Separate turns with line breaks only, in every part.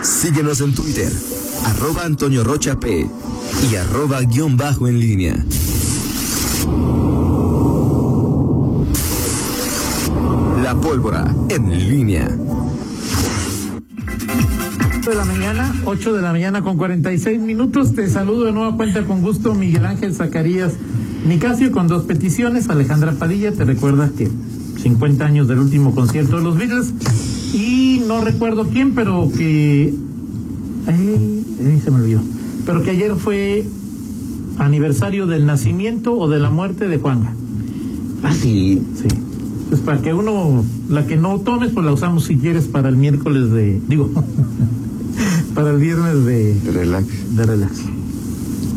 Síguenos en Twitter, arroba Antonio Rocha P y arroba guión bajo en línea. La pólvora en línea.
de la mañana, 8 de la mañana con 46 minutos. Te saludo de nueva cuenta con gusto, Miguel Ángel Zacarías Nicasio, con dos peticiones. Alejandra Padilla, te recuerdas que 50 años del último concierto de los Beatles. Y no recuerdo quién, pero que. Ay, ay, se me olvidó. Pero que ayer fue aniversario del nacimiento o de la muerte de Juanga.
Ah, sí.
Sí. Pues para que uno, la que no tomes, pues la usamos si quieres para el miércoles de, digo, para el viernes de,
Relax.
de relax.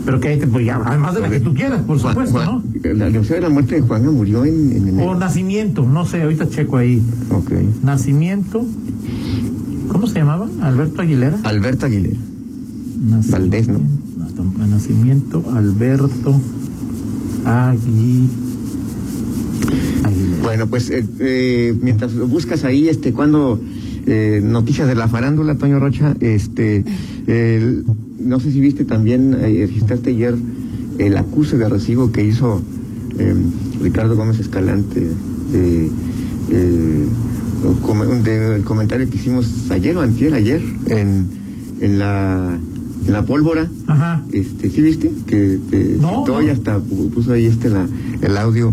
Pero que ahí te pues ya, además de la que tú quieras, por supuesto, ¿no?
La aniversario de la muerte de Juana murió en, en enero.
O nacimiento, no sé, ahorita checo ahí.
Ok.
Nacimiento. ¿Cómo se llamaba? Alberto Aguilera.
Alberta Aguilera.
Nacimiento-
Ah, Valdés, ¿no?
no, tampoco, Nacimiento, Alberto Agui... Aguilera.
Bueno, pues eh, eh, mientras lo buscas ahí, este, cuando eh, noticias de la farándula, Toño Rocha, este, el- no sé si viste también, eh, registraste ayer el acuse de recibo que hizo eh, Ricardo Gómez Escalante de, eh, com- de- el comentario que hicimos ayer o antier, ayer, en, en la, en la pólvora.
Ajá.
Este, ¿sí viste? Que te
No,
citó
no.
y hasta pu- puso ahí este la, el audio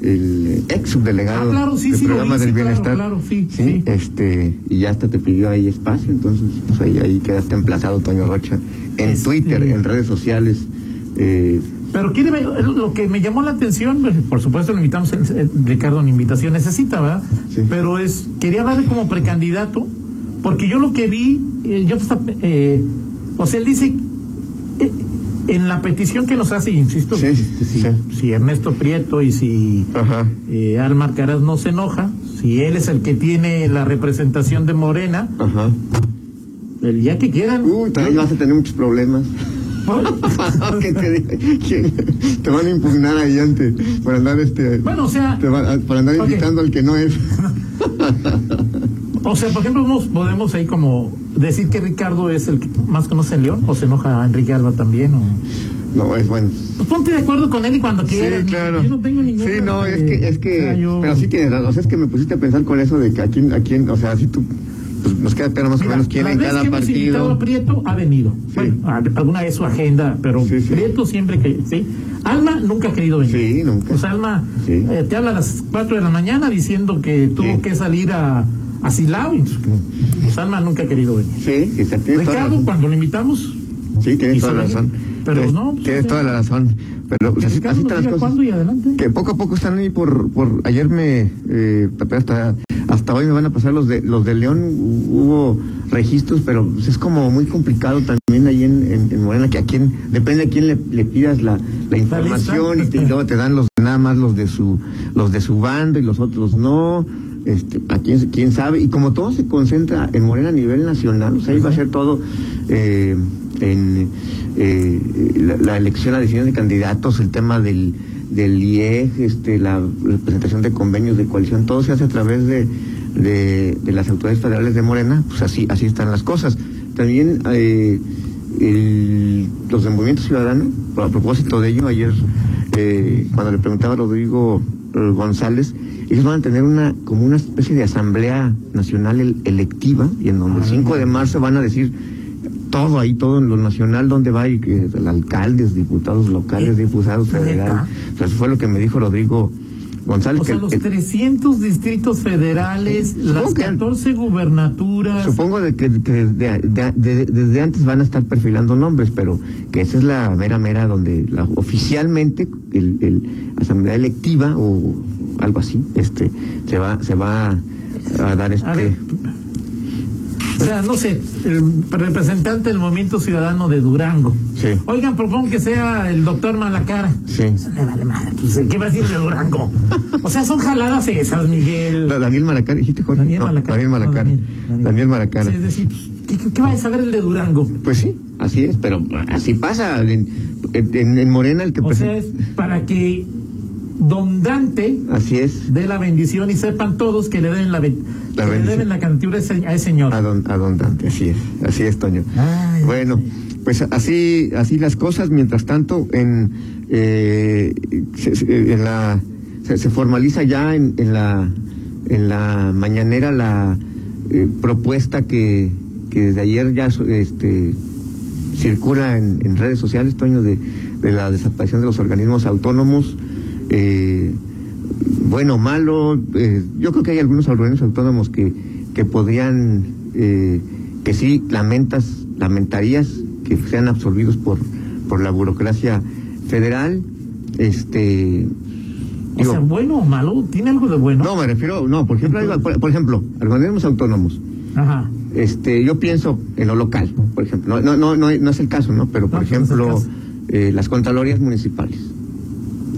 el ex subdelegado
Ah, claro, sí,
del
sí, lo
programa
vi,
del
sí, claro,
bienestar.
claro, sí, sí.
Este, y ya hasta te pidió ahí espacio, entonces pues ahí, ahí quedaste emplazado, Toño Rocha, en
Este-
Twitter, en redes sociales. eh,
Pero quiere ver- lo que me llamó la atención, pues, por supuesto lo invitamos, eh, eh, Ricardo, una invitación necesita, ¿verdad?
Sí.
Pero es, quería hablar como precandidato, porque yo lo que vi, eh, yo hasta, eh, o sea, él dice, eh, en la petición que nos hace, y insisto,
Sí,
si,
sí.
si Ernesto Prieto y si
ajá.
eh, Almar Caraz no se enoja, si él es el que tiene la representación de Morena,
Ajá.
el día que quieran.
Uy, también vas a tener muchos problemas. Que te, que te van a impugnar ahí ante, por andar este,
bueno, o sea,
te van a- por andar
Ok.
invitando al que no es.
O sea, por ejemplo, nos podemos ahí como decir que Ricardo es el que más conoce a León, o se enoja a Enrique Alba también, o...
No, es bueno.
Pues ponte de acuerdo con él y cuando
Sí,
quieras.
claro.
Yo no tengo ningún...
Sí, no, es que, es que,
o sea, Ah, yo-
pero sí tienes razón. O sea, es que me pusiste a pensar con eso de que a quién, a quién, o sea, si tú, pues, nos queda claro más o
Mira,
menos quién
la
en
vez que
cada
hemos invitado
partido.
a Prieto ha venido. Bueno, a- alguna vez su agenda, pero
Sí, sí.
Prieto siempre que... Sí. Alma nunca ha querido venir.
Sí, nunca.
Pues Alma
Sí.
eh, te habla a las 4 de la mañana diciendo que tuvo
Sí.
que salir a, a Silao. y Pues Alma nunca ha querido venir.
Sí, sí, sí, tienes toda la
Ricardo,
razón.
cuando lo invitamos,
Sí, tienes
y
toda la
sobre-
razón.
pero
Tienes-
no, pues,
Tienes
o sea,
toda la razón. Pero o sea, Pues así,
Ricardo
así
nos
están
diga
las cosas.
cuándo y adelante.
Que poco a poco están ahí por, por ayer me eh, hasta hasta hoy me van a pasar los de los de León hu- hubo registros pero pues, es como muy complicado también ahí en, en, en Morena que a quién depende a quién le, le pidas la, la información y, te- y luego te dan los nada más los de su los de su bando y los otros no este a quién quién sabe y como todo se concentra en Morena a nivel nacional o sea iba a ser todo eh, en eh, la, la elección la decisión de candidatos el tema del del IEG, este, la representación de convenios de coalición, todo se hace a través de, de, de las autoridades federales de Morena, pues así, así están las cosas. También eh, el- los de Movimiento Ciudadano, a propósito de ello, ayer eh, cuando le preguntaba a Rodrigo eh, González, ellos van a tener una como una especie de asamblea nacional el- electiva y en
Ah.
donde el 5 de marzo van a decir todo ahí, todo en lo nacional, donde va y que alcaldes, diputados locales, diputados
¿Neta?
federales. O sea, eso fue lo que me dijo Rodrigo González.
O sea,
que-
los
que-
300 distritos federales,
Supongo
las
que-
14 gubernaturas.
Supongo de que, que de- de- de- desde antes van a estar perfilando nombres, pero que esa es la mera mera donde la- oficialmente el, el asamblea electiva o algo así, este, se va, se va a dar este.
A ver. O sea, no sé, el representante del Movimiento Ciudadano de Durango.
Sí.
Oigan, propongo que sea el doctor Malacara.
Sí.
Eso le vale madre, pues, ¿Qué va a decir de Durango? O sea, son jaladas esas, Miguel.
Da- Daniel Maracar, dijiste Jorge?
Daniel
No,
Malacara.
Daniel
No,
Malacara.
Daniel, Daniel.
Daniel Malacara.
Sí, es decir, ¿qué, qué- qué va a saber el de Durango?
Pues sí, así es, pero así pasa. En, en- en Morena el que
O sea,
presenta.
es para que don Dante
Así es.
de la bendición y sepan todos que le deben la, ben-
La
que le
bendición. Ah,
deben la cantura a ese- a ese señor.
A don, a don Dante, así es, así es, Toño.
Ay,
bueno, pues así, así las cosas, mientras tanto, en, eh, se, se- en la, se, se formaliza ya en, en la, en la mañanera la eh, propuesta que, que desde ayer ya su- este, circula en, en redes sociales, Toño, de, de la desaparición de los organismos autónomos. eh, bueno, malo, eh, yo creo que hay algunos organismos autónomos que, que podrían, eh, que sí lamentas, lamentarías que sean absorbidos por, por la burocracia federal, este,
o
digo,
sea, bueno o malo, tiene algo de bueno.
no me refiero, no, por ejemplo, hay- por, por ejemplo, organismos autónomos,
Ajá.
este, yo pienso en lo local, por ejemplo, no, no, no, no es el caso, ¿no? Pero por
No, pues no es el
ejemplo,
caso.
eh, las contralorías municipales,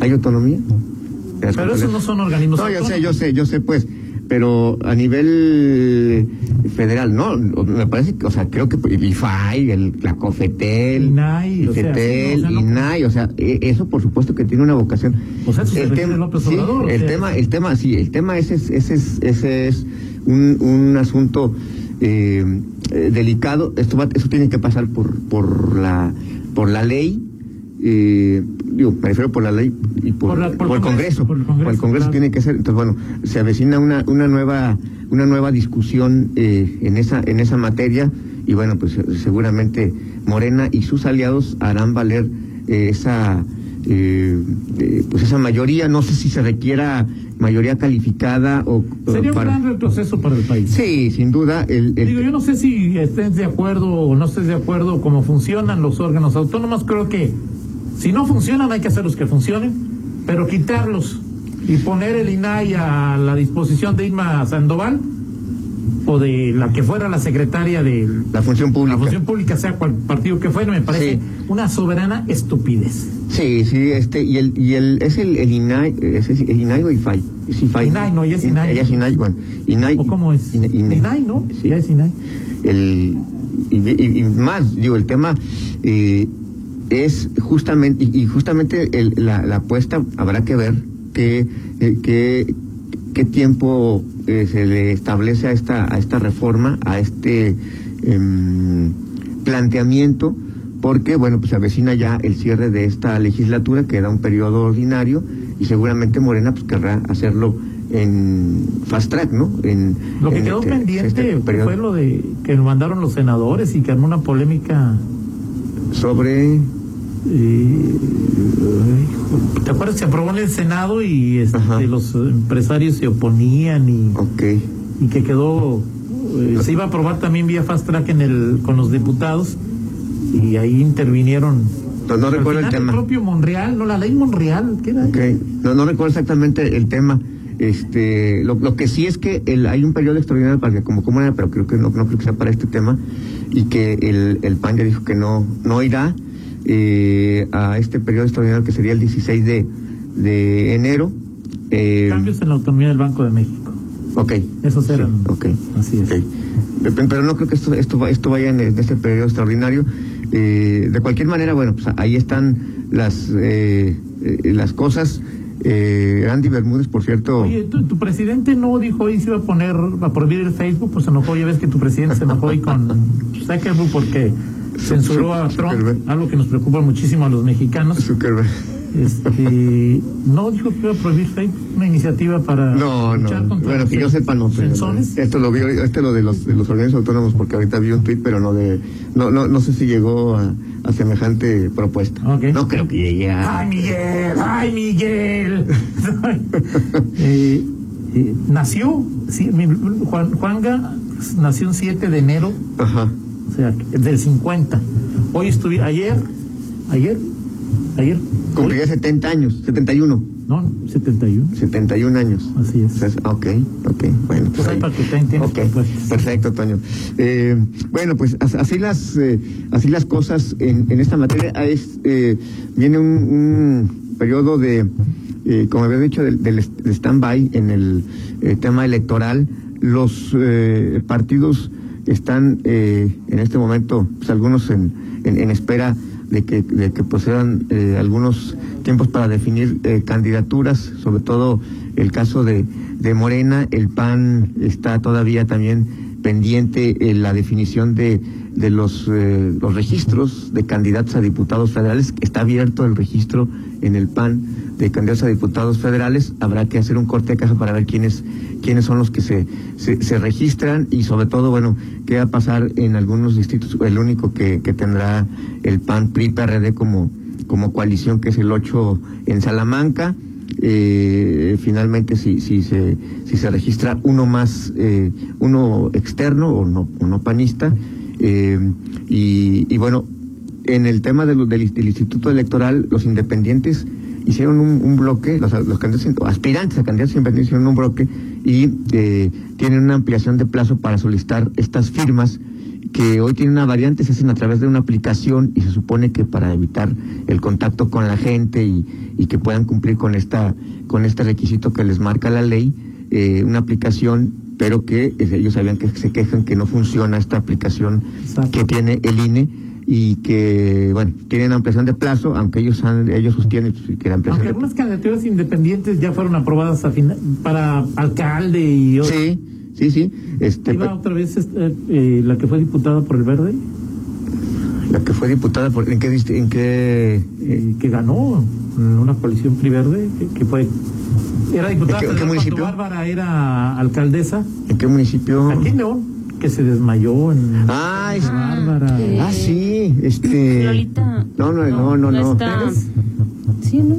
¿hay autonomía? En las
Pero esos
contralorías-
no son organismos.
no, yo sé, yo
autónomos.
sé, yo sé, pues. Pero a nivel federal, no, me parece que, o sea, creo que el IFAI, el, la COFETEL,
INAI, o sea,
IFETEL,
sí, no, o sea, no-
INAI, o sea, e- eso por supuesto que tiene una vocación.
O sea, eso se
el
refiere
tema,
López
sí,
Obrador, o
el
sea.
tema, el tema, sí, el tema ese es, ese es, ese es un, un asunto eh, eh, delicado. Esto va, eso tiene que pasar por, por la, por la ley. eh, digo, me refiero por la ley y por,
Por la- por
por el
Congreso,
Congreso.
por el
Por el
Congreso,
Congreso
claro.
tiene que ser. Entonces, bueno, se avecina una, una nueva una nueva discusión eh, en esa en esa materia y bueno, pues eh, seguramente Morena y sus aliados harán valer eh, esa eh, eh, pues esa mayoría. No sé si se requiera mayoría calificada o o
Sería un
para-
gran retroceso para el país.
sí, sin duda el, el-
Digo, yo no sé si estés de acuerdo o no estés de acuerdo cómo funcionan los órganos autónomos. Creo que si no funcionan, hay que hacerlos que funcionen, pero quitarlos y poner el INAI a la disposición de Irma Sandoval o de la que fuera la secretaria de
la función pública.
la función pública, sea cual partido que fuera, me parece
Sí.
una soberana estupidez.
Sí, sí, este, y el, y el, es el, el INAI, eh, es, es INAI o IFAI, es IFAI.
INAI, no, ya es INAI.
Ya es INAI, bueno, INAI.
¿O cómo es?
INA- INAI,
INAI, ¿no?
Sí.
Ya es INAI.
El, y, y- y más, digo, el tema eh, es justamente, y, y justamente el- la, la apuesta habrá que ver qué eh, qué- qué tiempo eh, se le establece a esta, a esta reforma, a este em, planteamiento, porque, bueno, pues se avecina ya el cierre de esta legislatura, queda un periodo ordinario, y seguramente Morena pues querrá hacerlo en fast track, ¿no? En,
Lo que
en
quedó
este-
pendiente
este periodo.
fue lo de que nos mandaron los senadores y que armó una polémica.
sobre
eh, ay, hijo, ¿Te acuerdas? Se aprobó en el Senado y este,
Ajá. Oh.
los empresarios se oponían y,
ok
y que quedó. eh, se iba a aprobar también vía fast track en el, con los diputados y ahí intervinieron.
no, no
Al
recuerdo el
final,
tema
propio Monreal, no, la ley Monreal, ¿qué era?
Ok. no no recuerdo exactamente el tema este lo, lo que sí es que el, hay un periodo extraordinario para que como como era pero creo que no, no creo que sea para este tema y que el, el PAN ya dijo que no no irá eh, a este periodo extraordinario que sería el 16 de, de enero eh,
Cambios en la autonomía del Banco de México.
ok
Esos
Sí,
eran.
ok.
Así es.
Ok. Pe- pe- Pero no creo que esto, esto, va- esto vaya en, en este periodo extraordinario. Eh, de cualquier manera, bueno, pues ahí están las, eh, eh, las cosas. Eh, Andy Bermúdez, por cierto.
Oye, ¿tu, tu presidente no dijo hoy se iba a poner, a prohibir el Facebook, pues se enojó, ya ves que tu presidente se enojó hoy con Zuckerberg porque censuró a
Zuckerberg.
Trump, algo que nos preocupa muchísimo a los mexicanos.
Zuckerberg.
Este, no dijo que iba a prohibir Facebook, una iniciativa para
No,
luchar
no.
contra
Bueno,
los
que yo sepa, no. pero-
censones.
esto lo vi, esto lo de los, de los organismos autónomos, porque ahorita vi un tuit, pero no de. No, no, no sé si llegó a, a semejante propuesta.
Ok.
No creo que llegue a.
¡Ay, Miguel! ¡Ay, Miguel! Eh, eh, nació, sí, mi- Juan, Juanga nació el 7 de enero
Ajá.
O sea, del 50. Hoy estuve, ayer, ayer, ayer, hoy,
Cumpliría 70 años, 71.
no, 71.
71 años.
Así es.
Entonces, Ok, ok, bueno.
Pues ahí para que usted entienda,
Ok,
pues.
perfecto, Toño. Eh, bueno, pues as- así las, eh, así las cosas en, en esta materia. Ah, es, eh, viene un, un periodo de, eh, como había dicho, del, del est- del stand-by en el eh, tema electoral. Los eh, partidos están eh, en este momento, pues, algunos en, en- en espera de que, de que procedan eh, algunos tiempos para definir eh, candidaturas, sobre todo el caso de, de Morena, el PAN está todavía también pendiente eh, la definición de, de los, eh, los registros de candidatos a diputados federales, está abierto el registro en el PAN de candidatos a diputados federales, habrá que hacer un corte de caja para ver quiénes, quiénes son los que se, se, se registran y sobre todo, bueno, qué va a pasar en algunos distritos, el único que, que tendrá el PAN PRI PRD como, como coalición que es el 8 en Salamanca. Eh, finalmente si, si, se, si se registra uno más, eh, uno externo o no, o no panista. Eh, y, y bueno, en el tema de los, del, del, Instituto Electoral, los independientes hicieron un, un bloque, los, los, candidatos, aspirantes a candidatos independientes hicieron un bloque y eh, tienen una ampliación de plazo para solicitar estas firmas que hoy tienen una variante, se hacen a través de una aplicación y se supone que para evitar el contacto con la gente y, y que puedan cumplir con, esta, con este requisito que les marca la ley, eh, una aplicación pero que eh, ellos sabían que se quejan que no funciona esta aplicación Exacto. que tiene el INE y que, bueno, tienen ampliación de plazo, aunque ellos han, ellos sostienen pues, que la ampliación.
Aunque algunas candidaturas independientes ya fueron aprobadas a final, para alcalde y
otros. Sí, sí, sí. Este,
¿Iba otra vez este, eh, la que fue diputada por el Verde?
La que fue diputada por. ¿En qué.? En qué
eh, que ganó en una coalición priverde, que, que fue. Era diputada.
¿En qué, en qué municipio?
Bárbara era alcaldesa.
¿En qué municipio?
Aquí en León que se desmayó en
ah, es Bárbara. Eh, ah, sí, este
Lolita.
No, no, no, no, no. no.
Está... Sí, no.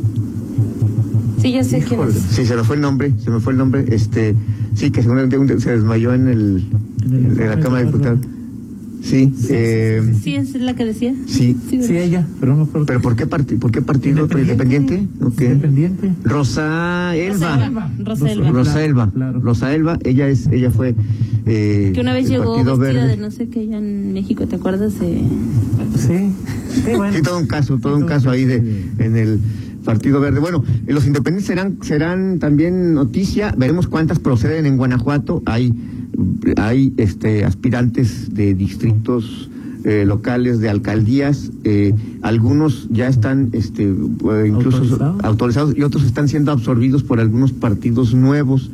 Sí, ya sé Híjole. quién es.
Sí, se me fue el nombre, se me fue el nombre. Este, sí, que seguramente se desmayó en el en, el, en, el, en la Cámara de Diputados. Sí,
sí,
eh,
sí, sí, es la que decía.
Sí,
sí, sí ella, pero no
por... ¿Pero por qué, part... por qué partido?
¿Independiente?
¿Independiente? Okay.
Independiente.
Rosa Elba.
Rosa Elba.
Rosa Elba. Claro. Rosa Elba, ella, es, ella fue. Eh,
que una vez llegó vestida Verde. de no sé qué allá en México, ¿te acuerdas? Eh...
Sí.
Sí, bueno. sí, todo un caso, todo un caso ahí de, en el. Partido Verde. Bueno, eh, los independientes serán, serán también noticia. Veremos cuántas proceden en Guanajuato. Hay, hay este, aspirantes de distritos eh, locales, de alcaldías. Eh, algunos ya están este, incluso
¿Autorizado?
autorizados y otros están siendo absorbidos por algunos partidos nuevos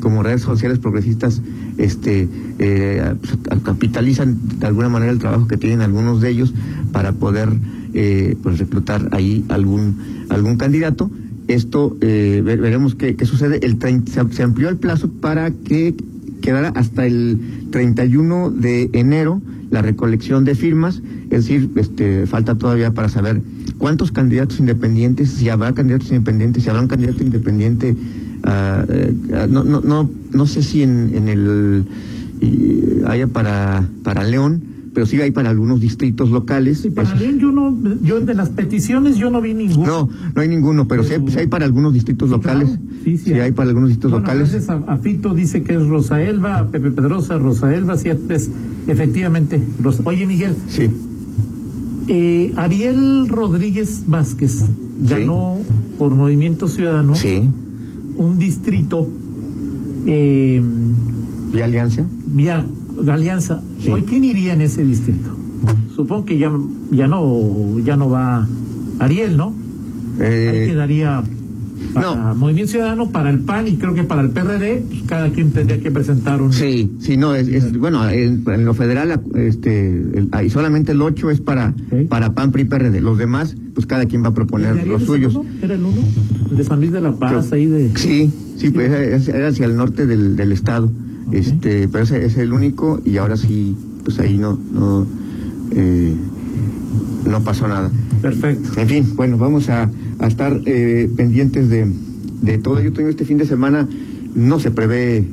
como redes sociales progresistas este eh, capitalizan de alguna manera el trabajo que tienen algunos de ellos para poder eh, pues reclutar ahí algún algún candidato esto eh, veremos qué, qué sucede el 30, se amplió el plazo para que quedara hasta el 31 de enero la recolección de firmas es decir este falta todavía para saber cuántos candidatos independientes si habrá candidatos independientes si habrá un candidato independiente Uh, no, no, no, no sé si en, en el y, haya para, para León, pero sí hay para algunos distritos locales.
Sí, para León yo no, yo de las peticiones yo no vi ninguno.
No, no hay ninguno, pero, pero... Sí, hay, sí, hay, para algunos distritos sí, locales.
Ah,
Claro. Sí, sí, hay. hay. para algunos distritos bueno, locales.
A, a, Fito dice que es Rosa Elba, a Pepe Pedrosa, Rosa Elba, sí, es, efectivamente. Rosa. Oye, Miguel.
Sí.
Eh, Ariel Rodríguez Vázquez ganó por Movimiento Ciudadano.
Sí
un distrito. Eh,
¿Vía Alianza?
Vía Alianza. Sí. Hoy, ¿quién iría en ese distrito? Supongo que ya, ya, no, ya no va Ariel, ¿no?
Eh,
Ahí quedaría para no. Movimiento Ciudadano, para el PAN y creo que para el PRD, pues cada quien tendría que presentar un.
Sí, sí, no, es, es bueno, en, en, lo federal, este, el, ahí solamente el 8 es para, okay. para PAN, PRI, PRD. Los demás, pues cada quien va a proponer los suyos.
Uno? ¿Era el uno? ¿El de San Luis de la Paz,
Yo,
ahí de.
Sí, sí, pues era, era hacia el norte del, del estado. Okay. Este, pero ese es el único y ahora sí, pues ahí no, no, eh, no pasó nada.
Perfecto.
En fin, bueno, vamos a, a estar eh, pendientes de, de todo ello. Tengo este fin de semana, no se prevé eh,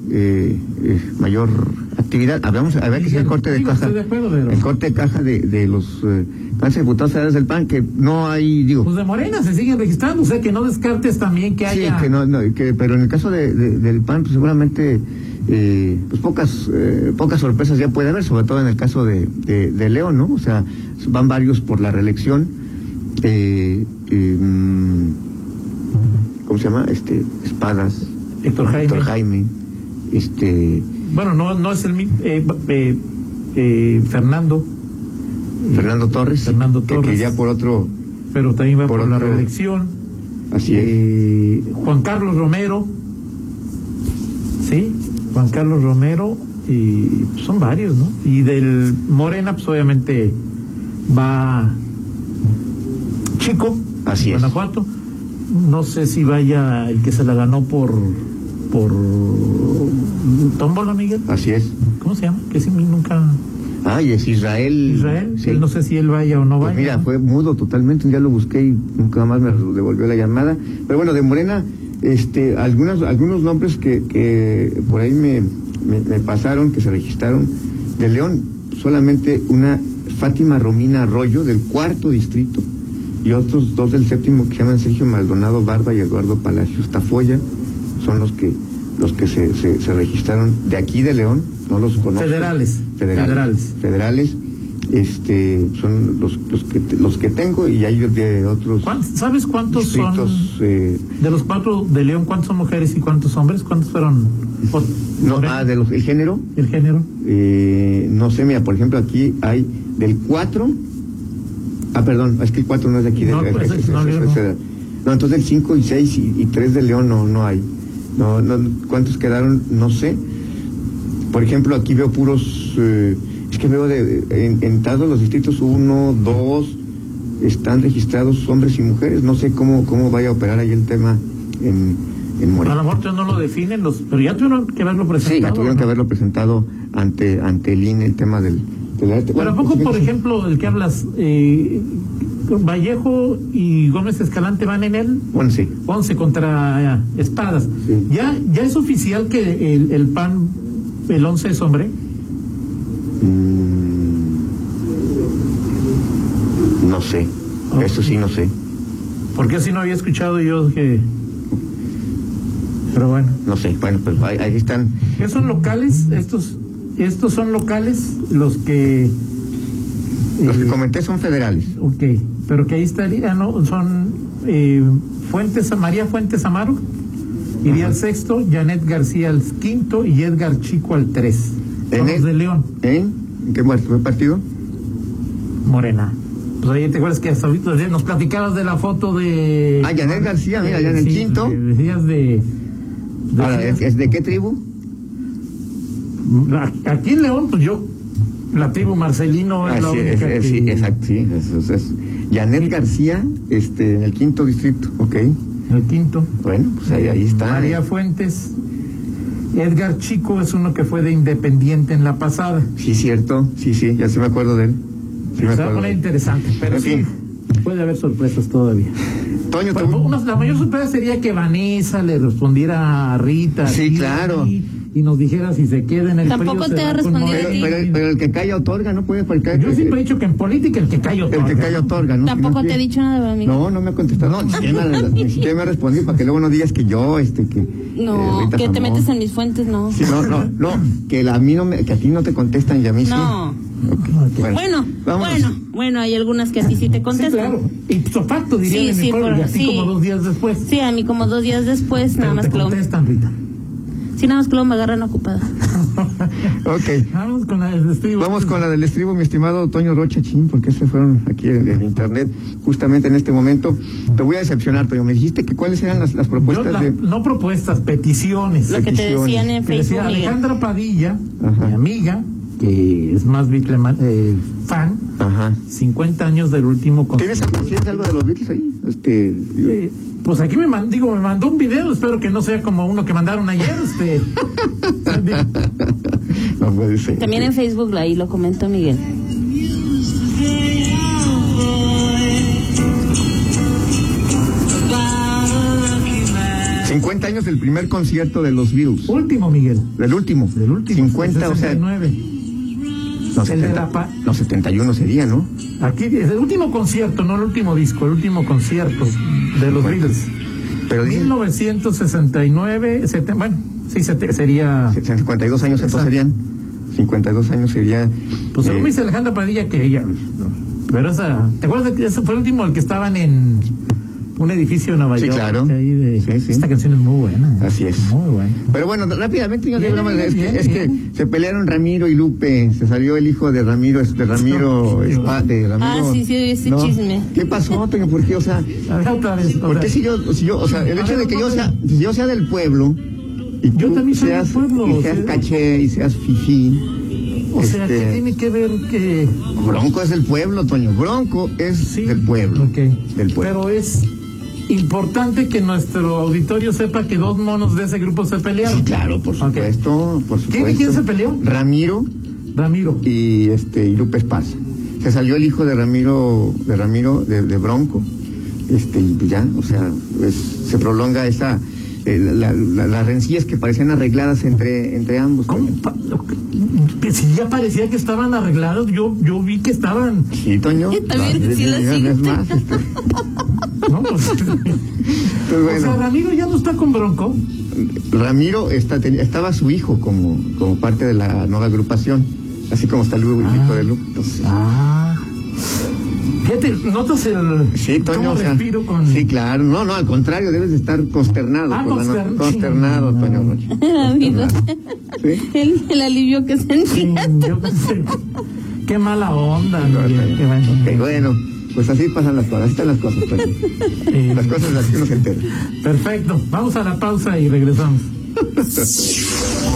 eh, mayor actividad. Hablamos, a ver que es el corte de caja. El corte de caja de, de los eh, candidatos diputados federales del PAN, que no hay, digo.
Pues de Morena se siguen registrando, o sea que no descartes también que haya.
Sí, que no, no que, pero en el caso de, de, del PAN, pues seguramente. Eh, pues pocas eh, pocas sorpresas ya puede haber, sobre todo en el caso de, de, de León, ¿no? O sea, van varios por la reelección. Eh, em, ¿Cómo se llama? Este, Espadas.
Héctor Jaime.
Héctor Jaime. Este.
Bueno, no, no es el mismo. eh, Fernando.
Fernando Torres.
Eh, Fernando
que- Que,
Torres.
ya por otro,
pero también va por,
Por
la
otro-
reelección.
así es.
Eh, Juan Carlos Romero, ¿sí? Juan Carlos Romero, y pues, son varios, ¿no? Y del Morena, pues obviamente va Chico,
Así es.
Guanajuato. No sé si vaya el que se la ganó por por Tómbola, Miguel.
Así es.
¿Cómo se llama? Que sí, nunca.
Ah, y es Israel.
Israel,
Sí.
él no sé si él vaya o no
Pues
vaya.
mira,
¿no?
fue mudo totalmente, ya lo busqué y nunca más me devolvió la llamada. Pero bueno, de Morena, este, algunas, algunos nombres que, que por ahí me, me- me pasaron, que se registraron. De León, solamente una Fátima Romina Arroyo, del cuarto distrito, y otros dos del séptimo que se llaman Sergio Maldonado Barba y Eduardo Palacios Tafoya, son los que los que se, se- se registraron de aquí de León, no los conozco.
Federales,
Federales.
federales.
federales, este, son los, los, que, te- los que tengo y hay de otros
¿Cuán- ¿Sabes cuántos son?
distritos. eh,
De los cuatro de León, ¿cuántos son mujeres y cuántos hombres? ¿Cuántos fueron? O-
no,
Morena,
ah, de los, el género,
El género.
eh, no sé, mira, por ejemplo, aquí hay del 4, ah, perdón, es que el 4 no es de aquí, de-
No,
es-
pues,
es- es-
no,
es-
yo
es-
no.
no, entonces el 5 y 6 y, 3 de León no, no hay. No, no, ¿Cuántos quedaron? No sé. Por ejemplo, aquí veo puros, eh, es que veo de, en, en todos los distritos 1, 2, están registrados hombres y mujeres. No sé cómo, cómo vaya a operar ahí el tema en, en
A
Morena.
lo mejor todavía no lo definen, los, pero ya tuvieron que verlo
Sí,
presentado.
ya tuvieron que
¿no?
haberlo presentado ante ante el INE el tema del, del arte.
Pero
Bueno,
¿a poco,
pues,
por
sí,
ejemplo, el que hablas, eh, Vallejo y Gómez Escalante van en él?
Bueno, sí.
11 contra eh, Espadas.
Sí.
¿Ya, ¿Ya es oficial que el, el PAN, el 11 es hombre?
Mm, no sé.
Ah.
Eso sí, no sé.
Porque así no había escuchado yo que... Pero bueno.
No sé. Bueno, pues ahí, ahí están.
Esos locales, estos, estos son locales los que.
Los que
eh,
comenté son federales.
ok, pero que ahí estaría, ¿no? Son eh, Fuentes, María Fuentes Amaro iría al sexto, Janet García al quinto y Edgar Chico al tres. Son
En
los
el-
de León,
¿Eh? ¿En qué muerto? ¿Fue partido?
Morena. Pues ahí te acuerdas que hasta ahorita nos platicabas de la foto de.
Ah, Janet García, mira, ya en el
Sí,
quinto.
Decías de.
Ahora,
decías-
¿es, es de qué tribu?
A- Aquí en León, pues yo, la tribu Marcelino es la
Así es,
única
es-
que-
Ah, sí, exacto, sí, eso es- es. Janet García, este, en el quinto distrito, ok.
El quinto.
Bueno, pues ahí, ahí está.
María Fuentes. Edgar Chico es uno que fue de independiente en la pasada.
Sí, cierto, sí, sí, ya se me acuerdo de él. Sí
Se va a
me acuerdo
poner
de él.
interesante, pero
En
sí.
fin.
Puede haber sorpresas todavía.
Toño,
Pues,
tú-
una- la mayor sorpresa sería que Vanessa le respondiera a Rita.
Sí,
Rita,
claro.
Y, y nos dijera si se queda en el
Tampoco
PRI o se
te
va
ha
con
respondido
Morena.
pero, pero el- pero el que calla otorga, no puede porque
Yo siempre he dicho que en política el que calla
el que
otorga.
calla otorga, ¿no?
Tampoco
No
te he
quiere.
dicho nada, ¿verdad, amigo?
No, no me ha contestado. No, ni siquiera me- ni siquiera me ha respondido para que luego no digas que yo, este, que.
No,
eh, Rita
que te
Zamora.
metes en mis fuentes, no.
Sí, no, no, no, que la- a mí no me, que a ti no te contestan y a mí sí.
No.
Ok.
Bueno,
vámonos.
bueno, bueno, hay algunas que a ti sí te
Sí,
contestan.
claro. Ipso facto, dirían
Sí,
en mi
sí,
pueblo,
por-
y así
sí.
como dos días después.
Sí, a mí como dos días después,
Pero
nada más
te
que luego,
contestan, Rita.
sí, nada más que luego me agarran ocupada.
Ok.
Vamos con la del estribo.
Vamos con la del estribo, mi estimado Toño Rocha Chin, porque se fueron aquí en, en internet justamente en este momento. Te voy a decepcionar, Toño. Me dijiste que cuáles eran las, las
Yo
propuestas
la-
de.
No propuestas, peticiones.
Lo que te
Peticiones.
decían en
Que decía
Facebook, Miguel.
Alejandra Padilla,
Ajá.
mi amiga, que es más bitlema- eh, fan,
Ajá.
50 años del último
¿Tienes
concierto.
tienes algo de los Beatles ahí? Este, yo-
Eh, Pues aquí me mandó, digo, me mandó un video, espero que no sea como uno que mandaron ayer, este.
no puede ser.
También en Facebook, ahí lo comentó Miguel.
Sí. 50 años del primer concierto de los Beatles.
último, Miguel.
Del último.
Del último.
50, o sea, no,
69. El de la
70,
pa-
no, 71 sería, ¿no?
Aquí es el último concierto, no el último disco, el último concierto de los Beatles.
Pero dicen
1969, seten- bueno, sí, sete- sería.
52 años,
Exacto.
entonces serían. 52 años sería.
Pues
eh,
según dice Alejandra Padilla que ella. Pero esa. ¿Te acuerdas de que ese fue el último el que estaban en. un edificio de Nueva
Sí,
York.
claro.
de ahí de-
Sí, sí.
Esta canción es muy buena.
Así es.
Muy buena.
Pero bueno, rápidamente, yo
Bien,
digo,
bien,
es, que,
bien,
es que
bien.
se pelearon Ramiro y Lupe, se salió el hijo de Ramiro, este Ramiro, Espa- de Ramiro.
Ah, sí, sí, ese chisme.
¿Qué pasó? Toño? ¿Por qué? O sea,
A ver, otra vez.
¿por
otra
qué
vez.
si yo, si yo, o sea, el
A
hecho
ver,
de que yo
ponle.
sea, si yo sea del pueblo, y
Yo
tú
también soy del
seas,
pueblo,
y
o
seas
sea-
caché, y seas fifí, este,
O sea, que tiene que ver que...
Bronco es del pueblo, Toño, Bronco es
Sí,
del pueblo,
ok.
del pueblo.
Pero es importante que nuestro auditorio sepa que dos monos de ese grupo se pelearon.
Sí, claro, por
Ok.
supuesto, por supuesto.
¿Quién y quién se peleó?
Ramiro
Ramiro.
y este y Lupe Paz. Se salió el hijo de Ramiro, de Ramiro, de, de Bronco, este, y ya, o sea, es- se prolonga esa eh, la- la- las rencillas que parecían arregladas entre, entre ambos.
¿Cómo? Pa- lo que- Si ya parecía que estaban arreglados, yo, yo vi que estaban...
Sí, Toño.
Yo también,
Va,
sí, lo
ya
siento.
ves más, este,
¿no? O
pues
sea,
bueno,
Ramiro ya no está con Bronco.
Ramiro está, ten- estaba su hijo como, como parte de la nueva agrupación, así como está Lupe, el hijo de Lupe. Entonces,
Ah. Fíjate, notas el.
Sí, Toño,
cómo
o sea,
respiro con.
Sí, claro. No, no, al contrario, debes de estar consternado.
Ah,
por la no-
constern-
consternado,
sí, no.
Toño Rocha.
Ramiro.
Sí.
El, el alivio que sentí.
Mm, yo pensé, Qué mala onda,
No,
Miguel, qué
Toño.
bueno.
Ok, bueno, pues así pasan las cosas, así están las cosas, Toño.
Eh,
Las cosas de las que uno se entera.
Perfecto. Vamos a la pausa y regresamos.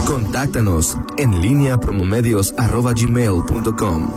Contáctanos en línea promomedios arroba gmail punto com.